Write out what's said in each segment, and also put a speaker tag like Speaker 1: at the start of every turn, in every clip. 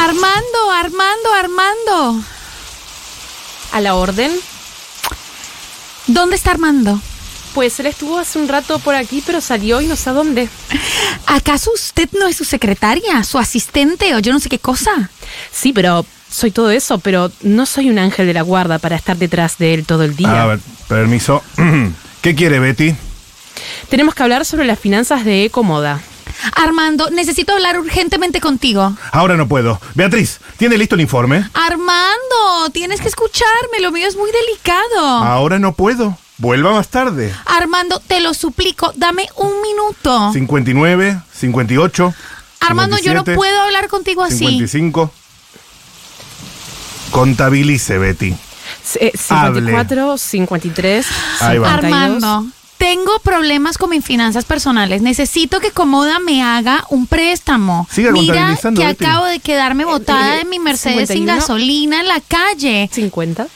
Speaker 1: Armando, Armando, Armando.
Speaker 2: ¿A la orden?
Speaker 1: ¿Dónde está Armando?
Speaker 2: Pues él estuvo hace un rato por aquí, pero salió y no sé a dónde.
Speaker 1: ¿Acaso usted no es su secretaria, su asistente o yo no sé qué cosa?
Speaker 2: Sí, pero soy todo eso, pero no soy un ángel de la guarda para estar detrás de él todo el día.
Speaker 3: Ah, A ver, permiso. ¿Qué quiere Betty?
Speaker 2: Tenemos que hablar sobre las finanzas de Ecomoda.
Speaker 1: Armando, necesito hablar urgentemente contigo.
Speaker 3: Ahora no puedo. Beatriz, ¿tiene listo el informe?
Speaker 1: Armando, tienes que escucharme, lo mío es muy delicado.
Speaker 3: Ahora no puedo. Vuelva más tarde.
Speaker 1: Armando, te lo suplico, dame un minuto.
Speaker 3: 59, 58.
Speaker 1: Armando, yo no
Speaker 3: 57,
Speaker 1: puedo hablar contigo así.
Speaker 3: 55. Contabilice, Betty.
Speaker 2: Eh, 54, 53,
Speaker 3: Ahí va.
Speaker 2: 52.
Speaker 1: Armando, tengo problemas con mis finanzas personales. Necesito que Comoda me haga un préstamo.
Speaker 3: Siga
Speaker 1: Mira
Speaker 3: contabilizando,
Speaker 1: que
Speaker 3: Betty.
Speaker 1: acabo de quedarme botada
Speaker 2: eh,
Speaker 1: de mi Mercedes sin
Speaker 2: 51.
Speaker 1: gasolina en la calle.
Speaker 2: 50.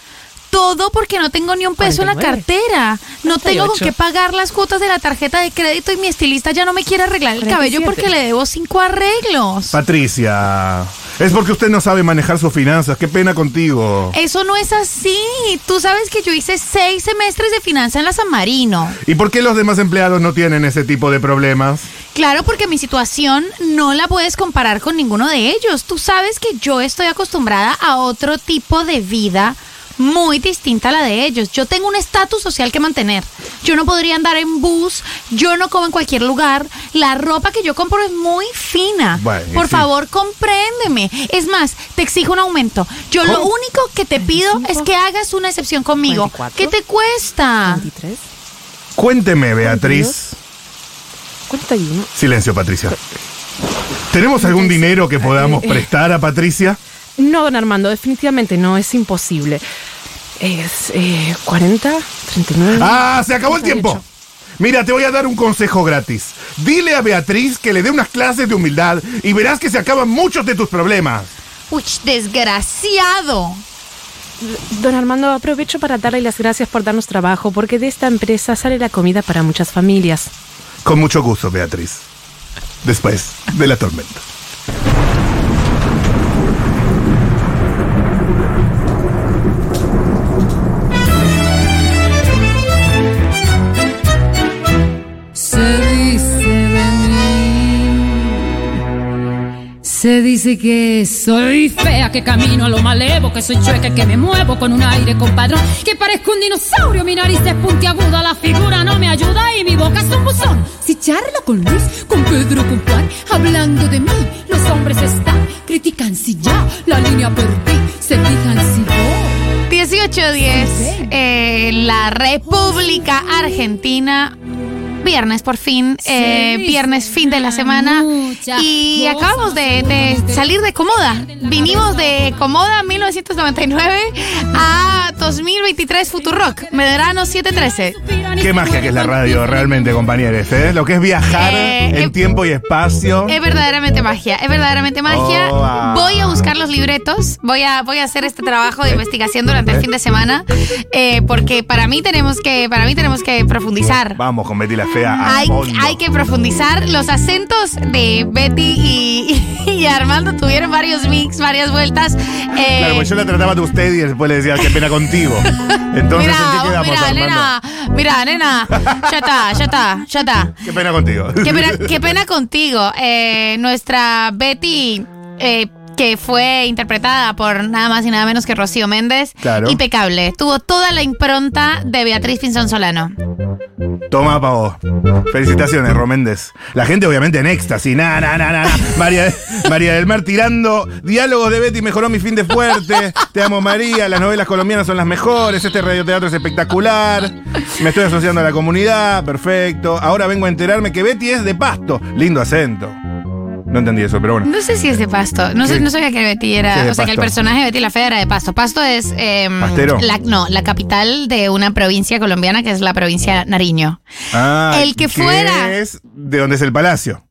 Speaker 1: Todo porque no tengo ni un peso en la
Speaker 2: 49.
Speaker 1: cartera. No tengo con
Speaker 2: 48.
Speaker 1: qué pagar las cuotas de la tarjeta de crédito y mi estilista ya no me quiere arreglar el cabello
Speaker 2: 47.
Speaker 1: porque le debo cinco arreglos.
Speaker 3: Patricia. Es porque usted no sabe manejar sus finanzas. Qué pena contigo.
Speaker 1: Eso no es así. Tú sabes que yo hice seis semestres de finanzas en la San Marino.
Speaker 3: ¿Y por qué los demás empleados no tienen ese tipo de problemas?
Speaker 1: Claro, porque mi situación no la puedes comparar con ninguno de ellos. Tú sabes que yo estoy acostumbrada a otro tipo de vida muy distinta a la de ellos. Yo tengo un estatus social que mantener. Yo no podría andar en bus, yo no como en cualquier lugar. La ropa que yo compro es muy fina.
Speaker 3: Bueno,
Speaker 1: Por
Speaker 3: sí.
Speaker 1: favor, compréndeme. Es más, te exijo un aumento. Yo lo
Speaker 3: ¿Cómo?
Speaker 1: único que te pido es que hagas una excepción conmigo.
Speaker 2: 24.
Speaker 1: ¿Qué te cuesta?
Speaker 2: 23.
Speaker 3: Cuénteme, Beatriz.
Speaker 2: 41.
Speaker 3: Silencio, Patricia. ¿Tenemos algún dinero que podamos
Speaker 1: Eh.
Speaker 3: prestar a Patricia?
Speaker 2: No, don Armando, definitivamente no, es imposible. Es eh, 40,
Speaker 1: Eh.
Speaker 2: 39.
Speaker 3: ¡Ah! ¡Se acabó el tiempo! Mira, te voy a dar un consejo gratis. Dile a Beatriz que le dé unas clases de humildad y verás que se acaban muchos de tus problemas.
Speaker 1: Uy, desgraciado.
Speaker 2: Don Armando, aprovecho para darle las gracias por darnos trabajo, porque de esta empresa sale la comida para muchas familias.
Speaker 3: Con mucho gusto, Beatriz. Después de la tormenta.
Speaker 4: Se dice de mí. Se dice que soy fea, que camino a lo malevo, que soy chueca, que me muevo con un aire compadrón, que parezco un dinosaurio, mi nariz es puntiaguda, la figura no me ayuda y mi boca es un buzón. Si charlo con Luis, con Pedro, con Juan, hablando de mí, los hombres están, critican si ya la línea perdí, se fijan si yo.
Speaker 1: 1810, eh, la República Argentina. Viernes por fin, eh,
Speaker 4: Sí,
Speaker 1: viernes fin de la semana.
Speaker 4: muchas
Speaker 1: Y
Speaker 4: cosas.
Speaker 1: acabamos de, de salir de Comoda. Vinimos de Comoda 1999 a 2023 Futurock, Medrano 713.
Speaker 3: Qué magia que es la radio, realmente, compañeros. ¿eh? Lo que es viajar
Speaker 1: Eh, eh,
Speaker 3: en tiempo y espacio.
Speaker 1: Es verdaderamente magia, es verdaderamente magia.
Speaker 3: Oh, ah.
Speaker 1: Voy a buscar los libretos, voy a, voy a hacer este trabajo de investigación durante el fin de semana, eh, porque para mí tenemos que, para mí tenemos que profundizar.
Speaker 3: Vamos con Betty la Fea. a
Speaker 1: eh, Hay,
Speaker 3: fondo.
Speaker 1: hay que profundizar. Los acentos de Betty y, y Armando tuvieron varios mix, varias vueltas. Eh,
Speaker 3: Claro, pues yo la trataba de usted y después le decía, qué pena contigo.
Speaker 1: mira,
Speaker 3: Entonces, ¿en
Speaker 1: oh,
Speaker 3: qué quedamos,
Speaker 1: mira,
Speaker 3: Armando?
Speaker 1: nena, mira, nena. Ya está, ya está, ya está.
Speaker 3: Qué pena contigo.
Speaker 1: Qué pena, qué pena contigo. Eh, nuestra Betty, eh, que fue interpretada por nada más y nada menos que Rocío Méndez,
Speaker 3: Claro.
Speaker 1: impecable. Tuvo toda la impronta de Beatriz Pinzón Solano.
Speaker 3: Toma, pavo. Felicitaciones, Roméndez. La gente, obviamente, en éxtasis. Na, na, na, na, na. María, María del Mar tirando. Diálogos de Betty mejoró mi fin de fuerte. Te amo, María. Las novelas colombianas son las mejores. Este radioteatro es espectacular. Me estoy asociando a la comunidad. Perfecto. Ahora vengo a enterarme que Betty es de pasto. Lindo acento. No entendí eso, pero bueno.
Speaker 1: No sé si es de pasto. No, sé,
Speaker 3: Sí.
Speaker 1: no sabía que Betty
Speaker 3: Sí,
Speaker 1: era.
Speaker 3: es de
Speaker 1: o sea, que el
Speaker 3: Pasto.
Speaker 1: personaje de Betty la Fea era de pasto. Pasto es. em,
Speaker 3: ¿Pastero?
Speaker 1: la- no, la capital de una provincia colombiana que es la provincia Nariño.
Speaker 3: Ah,
Speaker 1: El que fuera.
Speaker 3: Es de donde es el palacio.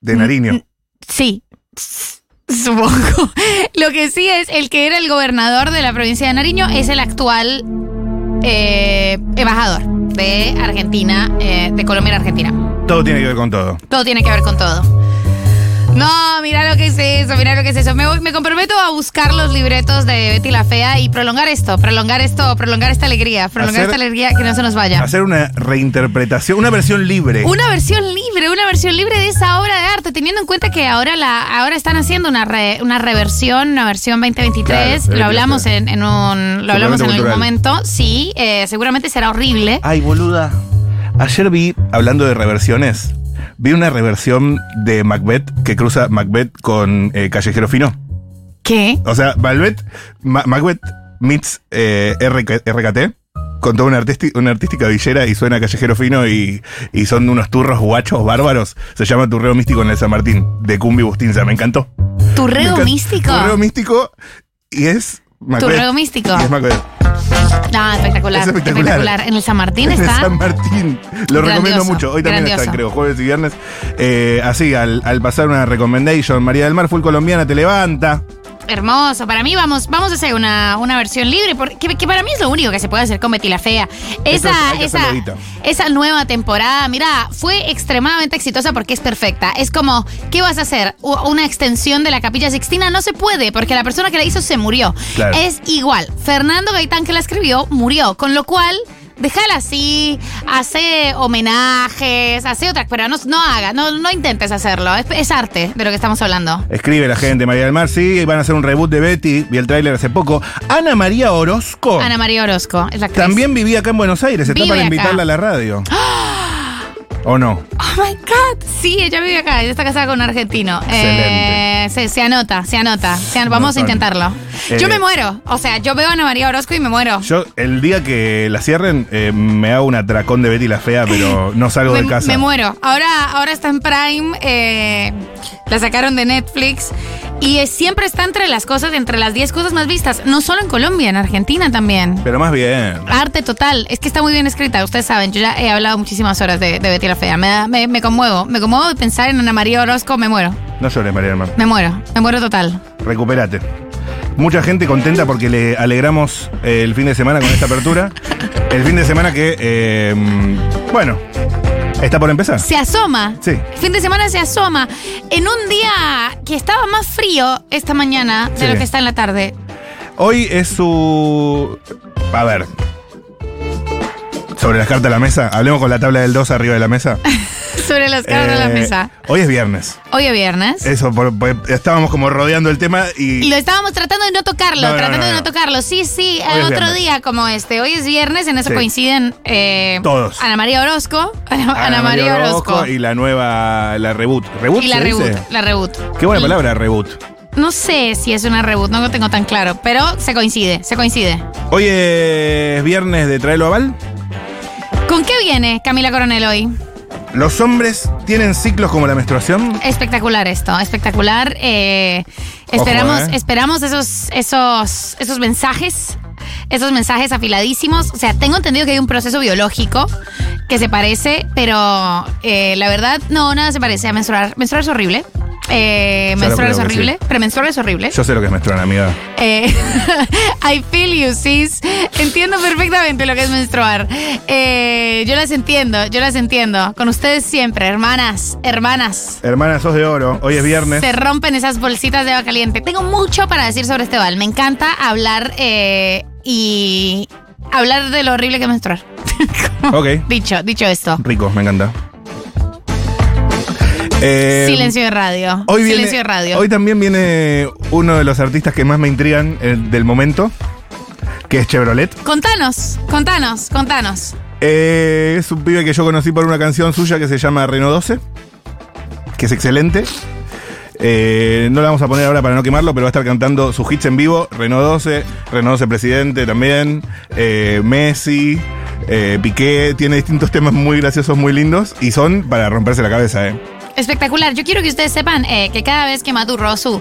Speaker 3: De Nariño.
Speaker 1: Mm. Sí. s- Supongo. Lo que sí es, el que era el gobernador de la provincia de Nariño es el actual eh, embajador de Argentina, eh, de Colombia en Argentina.
Speaker 3: Todo tiene que ver con todo.
Speaker 1: Todo tiene que ver con todo. No, mira lo que es eso, mira lo que es eso. Me, voy- me comprometo a buscar los libretos de Betty la Fea y prolongar esto, prolongar esto, prolongar esta alegría, prolongar
Speaker 3: Hacer-
Speaker 1: esta alegría que no se nos vaya.
Speaker 3: Hacer una reinterpretación, una versión libre.
Speaker 1: Una versión libre, una versión libre de esa obra de arte, teniendo en cuenta que ahora la ahora están haciendo una re- una reversión, una versión 2023.
Speaker 3: Claro,
Speaker 1: lo hablamos
Speaker 3: claro.
Speaker 1: en, en un lo hablamos en algún
Speaker 3: cultural. Ah,
Speaker 1: momento. Sí, eh, seguramente será horrible.
Speaker 3: Ay, boluda. Ayer vi, hablando de reversiones, vi una reversión de Macbeth que cruza Macbeth con eh, Callejero Fino.
Speaker 1: ¿Qué?
Speaker 3: O sea, Macbeth, Ma- Macbeth meets eh, RK RKT con toda una, artisti- una artística villera y suena Callejero Fino y, y son unos turros guachos bárbaros. Se llama Turreo Místico en el San Martín, de Cumbi Bustinza. Me encantó. Me
Speaker 1: Turreo
Speaker 3: encanta-
Speaker 1: místico.
Speaker 3: Turreo Místico y es Macbeth.
Speaker 1: Turreo místico.
Speaker 3: Y es Macbeth.
Speaker 1: Ah, espectacular,
Speaker 3: Es espectacular.
Speaker 1: En el San Martín
Speaker 3: De
Speaker 1: está.
Speaker 3: San Martín. Lo recomiendo
Speaker 1: Grandioso,
Speaker 3: mucho. Hoy también
Speaker 1: grandioso.
Speaker 3: está, creo, jueves y viernes. Eh, así, al, al pasar una recommendation, María del Mar, full colombiana, te levanta.
Speaker 1: Hermoso. Para mí vamos, vamos a hacer una, una versión libre, porque, que, que para mí es lo único que se puede hacer con Betty la Fea.
Speaker 3: Esto
Speaker 1: Esa,
Speaker 3: hay que
Speaker 1: esa,
Speaker 3: hacerlo ahorita.
Speaker 1: esa nueva temporada, mira, fue extremadamente exitosa porque es perfecta. Es como, ¿qué vas a hacer? U- ¿Una extensión de la Capilla Sixtina? No se puede, porque la persona que la hizo se murió.
Speaker 3: Claro.
Speaker 1: Es igual. Fernando Gaitán, que la escribió, murió, con lo cual... Déjala así, hace homenajes, hace otras, pero no, no haga, no, no intentes hacerlo. Es- es arte de lo que estamos hablando.
Speaker 3: Escribe la gente, María del Mar, sí, van a hacer un reboot de Betty, vi el tráiler hace poco. Ana María Orozco
Speaker 1: Ana María Orozco es la actriz.
Speaker 3: Oh. también vivía acá en Buenos Aires, está
Speaker 1: Vive
Speaker 3: para
Speaker 1: acá.
Speaker 3: invitarla a la radio. ¿O no?
Speaker 1: Oh my God. Sí, ella vive acá. Ella está casada con un argentino.
Speaker 3: Excelente.
Speaker 1: Eh, se, se anota, se anota. Se an- vamos a
Speaker 3: Anotón.
Speaker 1: intentarlo.
Speaker 3: Eh,
Speaker 1: yo me muero. O sea, yo veo a Ana María Orozco y me muero.
Speaker 3: Yo, el día que la cierren, eh, me hago un atracón de Betty la Fea, pero no salgo
Speaker 1: me,
Speaker 3: de casa.
Speaker 1: me muero. Ahora, ahora está en Prime. eh, la sacaron de Netflix. Y eh, siempre está entre las cosas, entre las 10 cosas más vistas. No solo en Colombia, en Argentina también.
Speaker 3: Pero más bien.
Speaker 1: Arte total, es que está muy bien escrita, ustedes saben, yo ya he hablado muchísimas horas de, de Betty la Fea, me, da- me, me conmuevo, me conmuevo de pensar en Ana María Orozco, me muero.
Speaker 3: No llores, María del Mar.
Speaker 1: Me muero, me muero total.
Speaker 3: Recupérate. Mucha gente contenta porque le alegramos eh, el fin de semana con esta apertura. El fin de semana que, eh, bueno, está por empezar.
Speaker 1: Se asoma.
Speaker 3: Sí.
Speaker 1: El fin de semana se asoma. En un día que estaba más frío esta mañana de
Speaker 3: Sí.
Speaker 1: lo que está en la tarde.
Speaker 3: Hoy es su... A ver. Sobre las cartas de la mesa. Hablemos con la tabla del 2 arriba de la mesa.
Speaker 1: Sobre las cartas de la
Speaker 3: Eh,
Speaker 1: mesa.
Speaker 3: Hoy es viernes.
Speaker 1: Hoy es viernes.
Speaker 3: Eso, por- por- estábamos como rodeando el tema
Speaker 1: y
Speaker 3: y...
Speaker 1: lo estábamos tratando de no tocarlo,
Speaker 3: No, no,
Speaker 1: tratando
Speaker 3: no,
Speaker 1: de no
Speaker 3: no.
Speaker 1: tocarlo. Sí, sí,
Speaker 3: Hoy
Speaker 1: eh,
Speaker 3: es
Speaker 1: otro
Speaker 3: viernes.
Speaker 1: día como este. Hoy es viernes, en eso
Speaker 3: Sí.
Speaker 1: coinciden eh,
Speaker 3: Todos.
Speaker 1: Ana María Orozco, Ana, Ana María Orozco,
Speaker 3: Y la nueva... La reboot. ¿Reboot
Speaker 1: y la
Speaker 3: se
Speaker 1: reboot,
Speaker 3: dice?
Speaker 1: la reboot.
Speaker 3: Qué buena
Speaker 1: Y-
Speaker 3: palabra, reboot.
Speaker 1: No sé si es una reboot, no lo tengo tan claro, pero se coincide, se coincide.
Speaker 3: Hoy es viernes de Traelo Aval.
Speaker 1: ¿Con qué viene Camila Coronel hoy?
Speaker 3: ¿Los hombres tienen ciclos como la menstruación?
Speaker 1: Espectacular esto, espectacular. Eh, esperamos,
Speaker 3: Ojo, ¿eh?
Speaker 1: esperamos esos, esos, esos mensajes, esos mensajes afiladísimos. O sea, tengo entendido que hay un proceso biológico que se parece, pero eh, la verdad, no, nada se parece a menstruar. Menstruar es horrible. Eh,
Speaker 3: Ya lo
Speaker 1: menstruar es
Speaker 3: creo que sí.
Speaker 1: horrible, pero menstruar es horrible.
Speaker 3: Yo sé lo que es menstruar, amiga.
Speaker 1: Eh, I feel you, sis. Entiendo perfectamente lo que es menstruar. Eh, yo las entiendo, yo las entiendo. Con ustedes siempre, hermanas, hermanas.
Speaker 3: Hermana, sos de oro. Hoy es viernes.
Speaker 1: Se rompen esas bolsitas de agua caliente. Tengo mucho para decir sobre este bal. Me encanta hablar eh, y hablar de lo horrible que es menstruar.
Speaker 3: Ok.
Speaker 1: Dicho, dicho esto.
Speaker 3: Rico, me encanta. Eh,
Speaker 1: Silencio de radio.
Speaker 3: Hoy viene-
Speaker 1: Silencio de radio.
Speaker 3: Hoy también viene uno de los artistas que más me intrigan eh, del momento, que es Chevrolet.
Speaker 1: Contanos, contanos, contanos.
Speaker 3: Eh, es un pibe que yo conocí por una canción suya que se llama Reno 12, que es excelente. Eh, no la vamos a poner ahora para no quemarlo, pero va a estar cantando sus hits en vivo. Reno 12, Reno 12 Presidente también, eh, Messi, eh, Piqué, tiene distintos temas muy graciosos, muy lindos, y son para romperse la cabeza, ¿eh?
Speaker 1: Espectacular. Yo quiero que ustedes sepan eh, que cada vez que Matu Rosu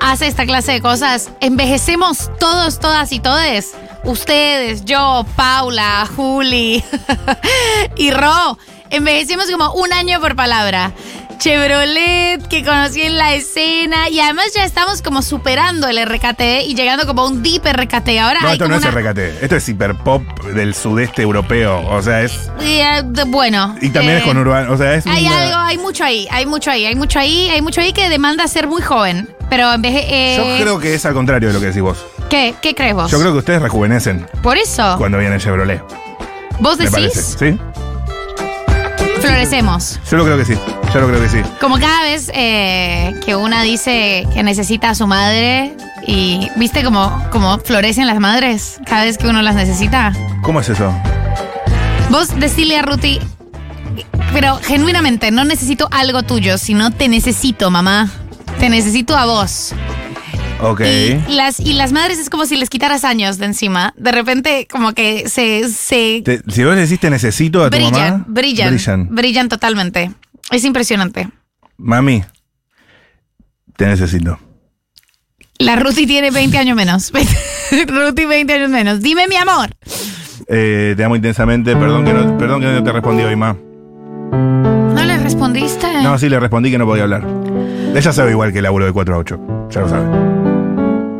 Speaker 1: hace esta clase de cosas, envejecemos todos, todas y todes. Ustedes, yo, Paula, Juli y Ro. Envejecemos como un año por palabra. Chevrolet que conocí en la escena y además ya estamos como superando el RKT y llegando como a un deep RKT. Ahora
Speaker 3: No,
Speaker 1: hay
Speaker 3: esto
Speaker 1: como
Speaker 3: no es
Speaker 1: una-
Speaker 3: RKT, esto es hiperpop del sudeste europeo, o sea, es...
Speaker 1: Eh, de- bueno.
Speaker 3: Y también
Speaker 1: eh,
Speaker 3: es con urbano, o sea, es...
Speaker 1: Hay
Speaker 3: una-
Speaker 1: algo, hay mucho ahí, hay mucho ahí, hay mucho ahí, hay mucho ahí que demanda ser muy joven. pero en vez de... eh,
Speaker 3: Yo creo que es al contrario de lo que decís vos.
Speaker 1: ¿qué, ¿Qué crees vos?
Speaker 3: Yo creo que ustedes rejuvenecen
Speaker 1: Por eso,
Speaker 3: cuando vienen Chevrolet.
Speaker 1: vos
Speaker 3: Me parece.
Speaker 1: decís,
Speaker 3: ¿Sí?
Speaker 1: florecemos.
Speaker 3: Yo lo creo que sí. Yo lo creo que sí.
Speaker 1: Como cada vez eh, que una dice que necesita a su madre y viste como, como florecen las madres cada vez que uno las necesita.
Speaker 3: ¿Cómo es eso?
Speaker 1: Vos decirle a Ruti, pero genuinamente no necesito algo tuyo, sino te necesito, mamá. Te necesito a vos.
Speaker 3: Ok.
Speaker 1: Y las, y las madres es como si les quitaras años de encima. De repente, como que se, se
Speaker 3: Te- si vos le decís te necesito a tu
Speaker 1: brillan,
Speaker 3: mamá.
Speaker 1: brillan, brillan. totalmente. Es impresionante.
Speaker 3: Mami, te necesito.
Speaker 1: La Ruti tiene 20 años menos. Ruti 20 años menos. Dime, mi amor.
Speaker 3: Eh, te amo intensamente. Perdón que no, perdón que no te respondí hoy, ma.
Speaker 1: Eh. ¿No le respondiste?
Speaker 3: No, sí, le respondí que no podía hablar. Ella sabe igual que el laburo de 4 a 8. Ya lo sabe.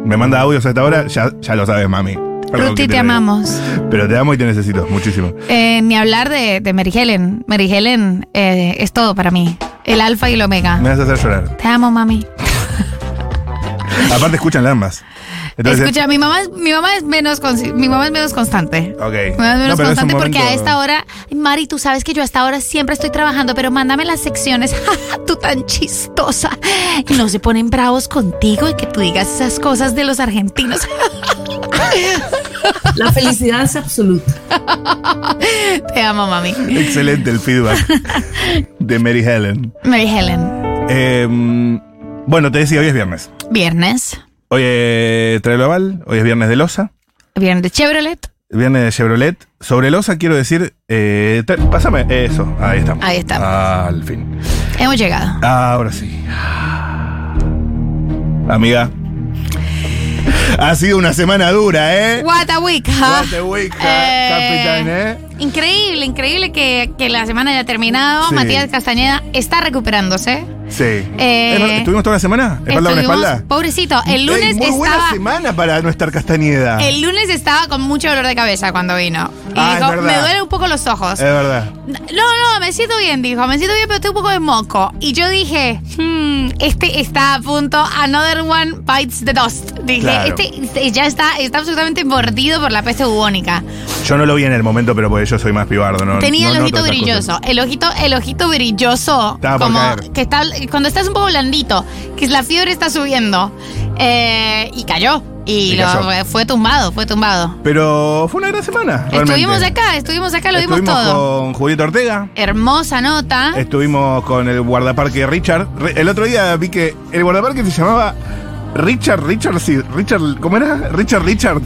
Speaker 3: Me manda audios hasta ahora, ya, ya lo sabes, mami. Perdón que
Speaker 1: Ruti, te,
Speaker 3: lo diga.
Speaker 1: amamos.
Speaker 3: Pero te amo y te necesito muchísimo.
Speaker 1: Eh, ni hablar de, de Mary Helen. Mary Helen eh, es todo para mí. El alfa y el omega.
Speaker 3: Me vas a hacer llorar.
Speaker 1: Te amo, mami.
Speaker 3: Aparte, escuchan ambas. Entonces,
Speaker 1: Escucha, mi mamá, es- mi, mamá es menos, consi- mi mamá es menos constante.
Speaker 3: Ok.
Speaker 1: Me das menos
Speaker 3: No, pero es un
Speaker 1: constante porque a
Speaker 3: momento-
Speaker 1: esta hora, Mari, tú sabes que yo a esta hora siempre estoy trabajando, pero mándame las secciones. Jaja, tú tan chistosa. Y no se ponen bravos contigo y que tú digas esas cosas de los argentinos.
Speaker 5: La felicidad es absoluta.
Speaker 1: Te amo, mami.
Speaker 3: Excelente el feedback de Mary Helen.
Speaker 1: Mary Helen,
Speaker 3: Eh, bueno, te decía, hoy es viernes.
Speaker 1: viernes,
Speaker 3: Hoy eh, es Treloval, hoy es viernes de Loza,
Speaker 1: viernes de Chevrolet.
Speaker 3: viernes de Chevrolet. Sobre Loza quiero decir, eh, tra- pásame eso, ahí estamos.
Speaker 1: Ahí estamos.
Speaker 3: al fin.
Speaker 1: Hemos llegado.
Speaker 3: Ahora sí. Amiga. Ha sido una semana dura, ¿eh?
Speaker 1: What a week, huh?
Speaker 3: What a week, ¿eh?
Speaker 1: Eh,
Speaker 3: capitán, ¿eh?
Speaker 1: Increíble, increíble que, que la semana haya terminado.
Speaker 3: Sí.
Speaker 1: Matías Castañeda está recuperándose.
Speaker 3: Sí.
Speaker 1: Eh,
Speaker 3: Es verdad, ¿Estuvimos toda la semana? ¿Espalda con
Speaker 1: Estuvimos-
Speaker 3: espalda?
Speaker 1: Pobrecito, el lunes
Speaker 3: Ey, muy buena
Speaker 1: estaba.
Speaker 3: semana para no estar Castañeda.
Speaker 1: El lunes estaba con mucho dolor de cabeza cuando vino. Y
Speaker 3: Ah, es
Speaker 1: dijo,
Speaker 3: verdad. Eh.
Speaker 1: me duelen un poco los ojos.
Speaker 3: Es verdad.
Speaker 1: No, no, me siento bien, dijo. Me siento bien, pero estoy un poco de moco. Y yo dije, "Hmm, este está a punto. Another one bites the dust. Dije,
Speaker 3: Claro.
Speaker 1: este, este ya está, está absolutamente mordido por la peste bubónica.
Speaker 3: Yo no lo vi en el momento, pero porque yo soy más pibardo, ¿no?
Speaker 1: Tenía
Speaker 3: no
Speaker 1: el
Speaker 3: noto
Speaker 1: ojito
Speaker 3: esas
Speaker 1: brilloso.
Speaker 3: cosas.
Speaker 1: El ojito, el ojito brilloso.
Speaker 3: Estaba por
Speaker 1: como
Speaker 3: caer.
Speaker 1: que está cuando estás un poco blandito, que la fiebre está subiendo. Eh, y cayó. Y,
Speaker 3: Y
Speaker 1: lo-
Speaker 3: cayó.
Speaker 1: fue tumbado, fue tumbado.
Speaker 3: Pero fue una gran semana.
Speaker 1: Estuvimos
Speaker 3: realmente.
Speaker 1: acá, estuvimos acá, lo vimos
Speaker 3: Estuvimos
Speaker 1: todo.
Speaker 3: con Julieta Ortega.
Speaker 1: Hermosa nota.
Speaker 3: Estuvimos con el guardaparque Richard. Re- El otro día vi que el guardaparque se llamaba Richard Richard sí, Richard ¿cómo era? Richard Richard.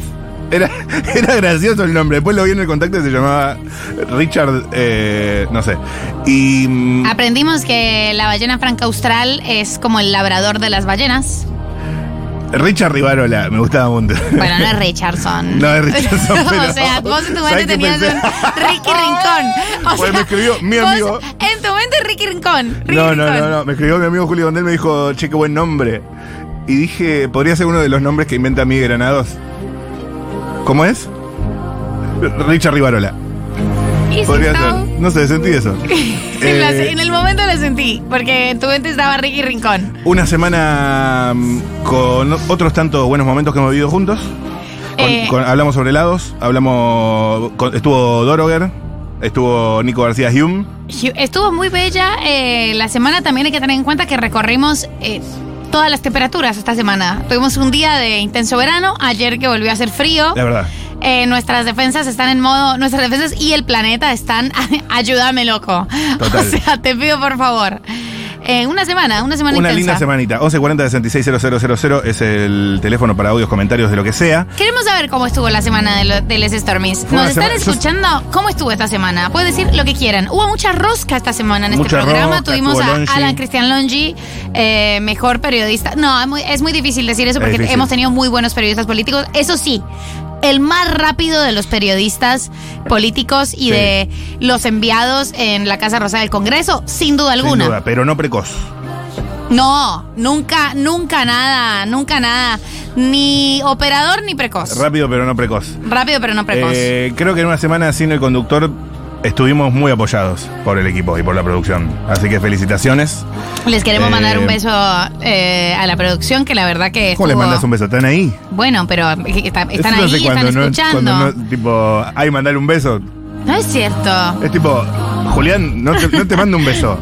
Speaker 3: Era, era gracioso el nombre. Después lo vi en el contacto y se llamaba Richard eh, no sé. Y mm,
Speaker 1: Ah. Aprendimos que la ballena franca austral es como el labrador de las ballenas.
Speaker 3: Richard Rivarola, me gustaba mucho.
Speaker 1: Bueno, no es Richardson.
Speaker 3: No, es Richardson, pero-
Speaker 1: o sea, vos en tu
Speaker 3: ¿sabes
Speaker 1: mente
Speaker 3: qué
Speaker 1: tenías
Speaker 3: pensé?
Speaker 1: un Ricky Rincón. O
Speaker 3: Pues me
Speaker 1: sea,
Speaker 3: escribió mi
Speaker 1: vos
Speaker 3: amigo.
Speaker 1: En tu mente Ricky Rincón. Ricky
Speaker 3: No, no,
Speaker 1: Rincón.
Speaker 3: no, no. Me escribió mi amigo Julio Gondel, me dijo, che, qué buen nombre. Y dije, podría ser uno de los nombres que inventa Miguel Granados. ¿Cómo es? Richard Rivarola.
Speaker 1: Y sí,
Speaker 3: Podría ser.
Speaker 1: estaba-
Speaker 3: No sé, sentí eso.
Speaker 1: en la-
Speaker 3: Eh,
Speaker 1: en el momento lo sentí, porque en tu mente estaba Ricky Rincón.
Speaker 3: Una semana mm, con otros tantos buenos momentos que hemos vivido juntos. Con-
Speaker 1: Eh.
Speaker 3: con- hablamos sobre helados, hablamos. con- estuvo Doroger, estuvo Nico García Hume.
Speaker 1: Estuvo muy bella. eh, la semana también hay que tener en cuenta que recorrimos eh, todas las temperaturas esta semana. Tuvimos un día de intenso verano, ayer que volvió a hacer frío.
Speaker 3: La verdad.
Speaker 1: Eh, nuestras defensas están en modo, nuestras defensas y el planeta están, ayúdame loco.
Speaker 3: Total.
Speaker 1: O sea, te pido por favor. Eh, una semana, una semana
Speaker 3: Una
Speaker 1: intensa.
Speaker 3: linda semanita. 1140-660000 es el teléfono para audios, comentarios de lo que sea.
Speaker 1: Queremos saber cómo estuvo la semana de, lo- de Les Stormies.
Speaker 3: Fue una
Speaker 1: Nos están
Speaker 3: sema-
Speaker 1: escuchando cómo estuvo esta semana. Pueden decir lo que quieran. Hubo mucha rosca esta semana en
Speaker 3: Mucha
Speaker 1: este programa.
Speaker 3: rosca,
Speaker 1: Tuvimos
Speaker 3: estuvo
Speaker 1: a
Speaker 3: Longi.
Speaker 1: Alan Cristian Longi, eh, mejor periodista. No, es muy, es muy difícil decir eso
Speaker 3: Es
Speaker 1: porque
Speaker 3: difícil.
Speaker 1: hemos tenido muy buenos periodistas políticos. Eso sí, el más rápido de los periodistas políticos y
Speaker 3: Sí.
Speaker 1: de los enviados en la Casa Rosa del Congreso, sin duda
Speaker 3: Sin
Speaker 1: alguna.
Speaker 3: duda, pero no precoz.
Speaker 1: No, nunca, nunca nada, nunca nada. Ni operador ni precoz.
Speaker 3: Rápido, pero no precoz.
Speaker 1: Rápido pero no precoz.
Speaker 3: Eh, creo que en una semana sin el conductor Estuvimos muy apoyados por el equipo y por la producción. Así que felicitaciones.
Speaker 1: Les queremos
Speaker 3: Eh,
Speaker 1: mandar un beso eh, a la producción, que la verdad que.
Speaker 3: ¿Cómo les
Speaker 1: estuvo-
Speaker 3: mandas un beso? ¿Están ahí?
Speaker 1: Bueno, pero eh, está- están
Speaker 3: Eso
Speaker 1: ahí,
Speaker 3: se hace
Speaker 1: están
Speaker 3: cuando no-
Speaker 1: escuchando.
Speaker 3: cuando
Speaker 1: no...
Speaker 3: no- tipo, ay, mandale un beso.
Speaker 1: es cierto.
Speaker 3: Es tipo, Julián, no te, no te mando un beso.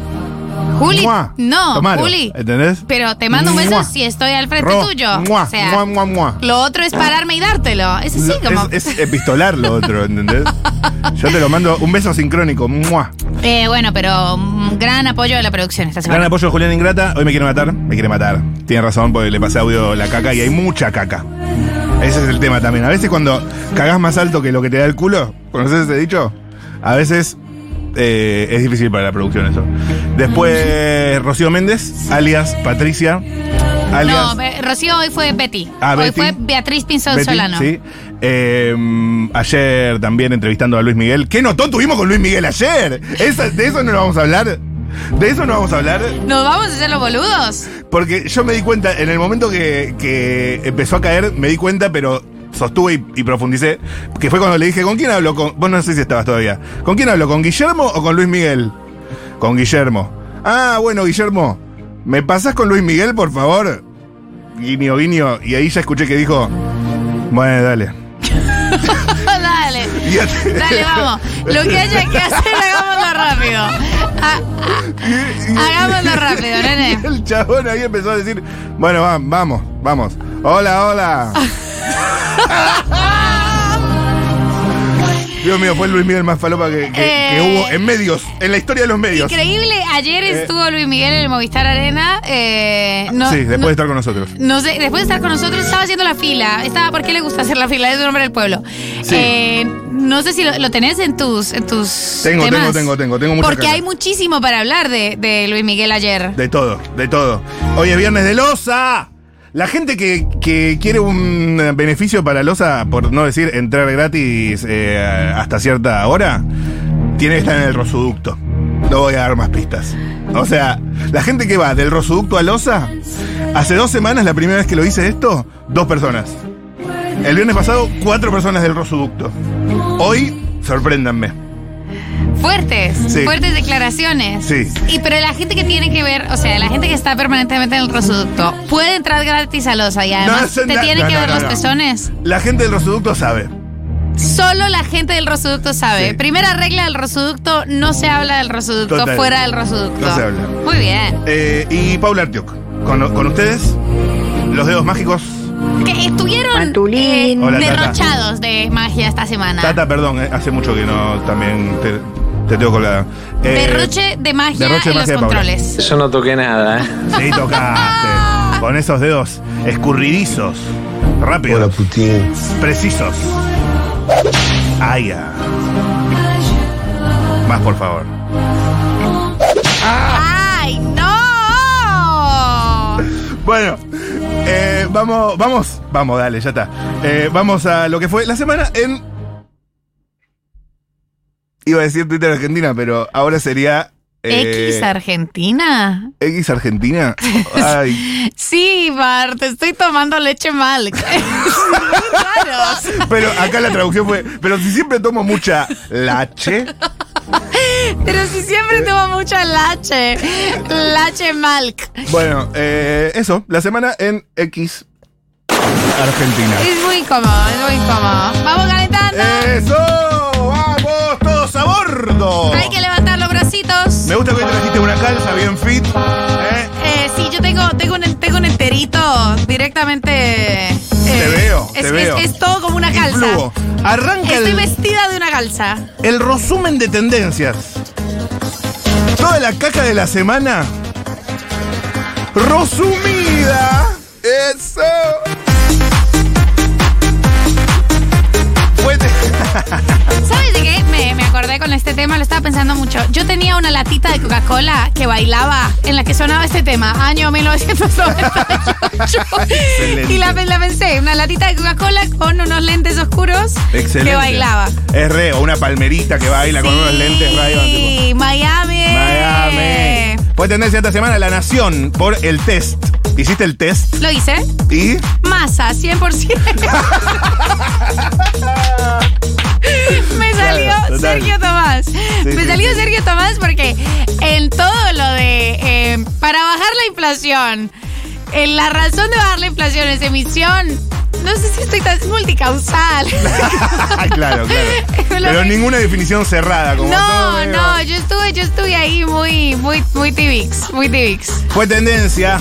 Speaker 1: Juli,
Speaker 3: Mua.
Speaker 1: no,
Speaker 3: Tomalo,
Speaker 1: Juli.
Speaker 3: ¿Entendés?
Speaker 1: Pero te mando un beso
Speaker 3: Mua.
Speaker 1: si estoy al frente
Speaker 3: Ro,
Speaker 1: tuyo.
Speaker 3: mua,
Speaker 1: o sea,
Speaker 3: mua, mua, mua.
Speaker 1: lo otro es pararme y dártelo. Es así como.
Speaker 3: Es, es epistolar lo otro, ¿entendés? Yo te lo mando un beso sincrónico. Mua.
Speaker 1: Eh, bueno, pero mm, gran apoyo de la producción esta
Speaker 3: Gran
Speaker 1: semana.
Speaker 3: apoyo de Julián Ingrata. Hoy me quiere matar. Me quiere matar. Tiene razón porque le pasé audio la caca y hay mucha caca. Ese es el tema también. A veces cuando cagás más alto que lo que te da el culo, ¿conoces ese dicho? A veces eh, es difícil para la producción eso.
Speaker 1: Mm.
Speaker 3: Después Rocío Méndez, alias Patricia, alias
Speaker 1: No, Be- Rocío hoy fue Betty.
Speaker 3: Ah,
Speaker 1: hoy
Speaker 3: Betty.
Speaker 1: fue Beatriz Pinzón
Speaker 3: Betty,
Speaker 1: Solano.
Speaker 3: sí. Eh, ayer también entrevistando a Luis Miguel. ¿Qué notón tuvimos con Luis Miguel ayer? Esa- de eso no lo vamos a hablar. De eso no vamos a hablar.
Speaker 1: ¿Nos vamos a hacer los boludos?
Speaker 3: Porque yo me di cuenta, en el momento que, que empezó a caer, me di cuenta, pero sostuve y, y profundicé, que fue cuando le dije, ¿con quién hablo? Con, vos no sé si estabas todavía. ¿Con quién hablo? ¿Con Guillermo o con Luis Miguel? Con Guillermo. Ah, bueno, Guillermo, ¿me pasás con Luis Miguel, por favor? Guiño, guiño. Y ahí ya escuché que dijo, bueno, dale.
Speaker 1: Dale.
Speaker 3: Y at-
Speaker 1: Dale, vamos. Lo que haya que hacer, hagámoslo rápido. Ah, hagámoslo rápido, nene.
Speaker 3: Y el chabón ahí empezó a decir, bueno, va- vamos, vamos. Hola, hola. Dios mío, fue Luis Miguel más falopa que, que- que
Speaker 1: Eh,
Speaker 3: hubo en medios, en la historia de los medios.
Speaker 1: Increíble, ayer
Speaker 3: Eh.
Speaker 1: estuvo Luis Miguel en el Movistar Arena. eh, no,
Speaker 3: sí, después
Speaker 1: no-
Speaker 3: de estar con nosotros.
Speaker 1: No sé, después de estar con nosotros estaba haciendo la fila. Estaba, ¿por qué le gusta hacer la fila? Es un hombre del pueblo.
Speaker 3: Sí.
Speaker 1: Eh, no sé si lo, lo tenés en tus, en tus
Speaker 3: Tengo,
Speaker 1: temas.
Speaker 3: tengo, tengo, tengo, tengo muchas
Speaker 1: Porque
Speaker 3: ganas.
Speaker 1: hay muchísimo para hablar de, de Luis Miguel ayer.
Speaker 3: De todo, de todo. Hoy es viernes de Losa. La gente que, que quiere un eh, beneficio para Losa, por no decir entrar gratis eh, hasta cierta hora, tiene que estar en el Rosuducto. No voy a dar más pistas. O sea, la gente que va del Rosuducto a Losa, hace dos semanas, la primera vez que lo hice esto, dos personas. El viernes pasado, cuatro personas del Rosuducto. Hoy, sorpréndanme.
Speaker 1: Fuertes,
Speaker 3: Sí.
Speaker 1: fuertes declaraciones.
Speaker 3: Sí.
Speaker 1: Y pero la gente que tiene que ver, o sea, la gente que está permanentemente en el rosoducto, puede entrar gratis a Losa y además
Speaker 3: No,
Speaker 1: te
Speaker 3: no,
Speaker 1: tienen
Speaker 3: no,
Speaker 1: que
Speaker 3: no,
Speaker 1: ver
Speaker 3: no,
Speaker 1: los
Speaker 3: no.
Speaker 1: pezones.
Speaker 3: La gente del Rosuducto sabe.
Speaker 1: Solo la gente del rosoducto sabe.
Speaker 3: Sí.
Speaker 1: Primera regla del rosoducto, no se habla del rosoducto
Speaker 3: Total.
Speaker 1: fuera del rosoducto.
Speaker 3: No se habla.
Speaker 1: Muy bien.
Speaker 3: Eh, y Paula Artiok. Con, con ustedes, los dedos mágicos.
Speaker 1: Que estuvieron eh,
Speaker 5: Matulín.
Speaker 3: Hola, Tata.
Speaker 1: derrochados de magia esta semana.
Speaker 3: Tata, perdón, eh, hace mucho que no también te, te tengo colgada. Eh,
Speaker 1: Derroche de magia
Speaker 3: derroche de
Speaker 1: en
Speaker 3: magia
Speaker 1: los
Speaker 3: de Paula.
Speaker 1: controles.
Speaker 6: Yo no toqué nada, ¿eh?
Speaker 3: Sí, tocaste. con esos dedos escurridizos, rápidos,
Speaker 7: Putin.
Speaker 3: precisos. Ay, ah. Más, por favor. Ah.
Speaker 1: ¡Ay, no!
Speaker 3: Bueno, eh, vamos, vamos, vamos, dale, ya está. Eh, vamos a lo que fue la semana en. Iba a decir Twitter Argentina, pero ahora sería. eh,
Speaker 1: X Argentina.
Speaker 3: X Argentina. Ay,
Speaker 1: Sí, Bart, estoy tomando leche mal. Claro.
Speaker 3: pero acá la traducción fue. Pero si siempre tomo mucha lache.
Speaker 1: Pero si siempre tomo mucha lache. Lache malc.
Speaker 3: Bueno, eh, eso, la semana en X Argentina.
Speaker 1: Es muy incómodo, es muy incómodo. Vamos calentando.
Speaker 3: ¡Eso! ¡Vamos todos a bordo!
Speaker 1: Hay que levantar los bracitos.
Speaker 3: Me gusta que hoy trajiste una calza bien fit. ¿eh?
Speaker 1: Eh, sí, yo tengo, tengo, un, tengo un enterito directamente. eh,
Speaker 3: Te veo,
Speaker 1: es,
Speaker 3: te
Speaker 1: es-
Speaker 3: veo.
Speaker 1: Es, todo como una calza.
Speaker 3: Influo. Arranca
Speaker 1: Estoy
Speaker 3: el,
Speaker 1: vestida de una calza.
Speaker 3: el resumen de tendencias. Toda la caca de la semana. Resumida. Eso. Fue te-
Speaker 1: ¿Sabes de qué? Me, me acordé con este tema, lo estaba pensando mucho. Yo tenía una latita de Coca-Cola que bailaba, en la que sonaba este tema, año 1998.
Speaker 3: Excelente.
Speaker 1: y la, la pensé, una latita de Coca-Cola con unos lentes oscuros que bailaba.
Speaker 3: Es re, o una palmerita que baila con unos lentes Ray-Ban, tipo.
Speaker 1: Sí, Miami. Eh.
Speaker 3: Miami. Fue tendencia esta semana la nación por el test. Hiciste el test
Speaker 1: Lo hice.
Speaker 3: y
Speaker 1: Masa, 100%. Me salió
Speaker 3: Claro, total.
Speaker 1: Sergio Tomás. Me
Speaker 3: sí,
Speaker 1: salió
Speaker 3: sí.
Speaker 1: Sergio Tomás porque en todo lo de eh, para bajar la inflación, en la razón de bajar la inflación es emisión. No sé si estoy tan es multicausal.
Speaker 3: claro, claro.
Speaker 1: Me lo
Speaker 3: Pero
Speaker 1: vi.
Speaker 3: ninguna definición cerrada. Como todo eh,
Speaker 1: No,
Speaker 3: medio-
Speaker 1: no, yo estuve, yo estuve ahí muy, muy, muy tibix, muy tibix.
Speaker 3: Fue tendencia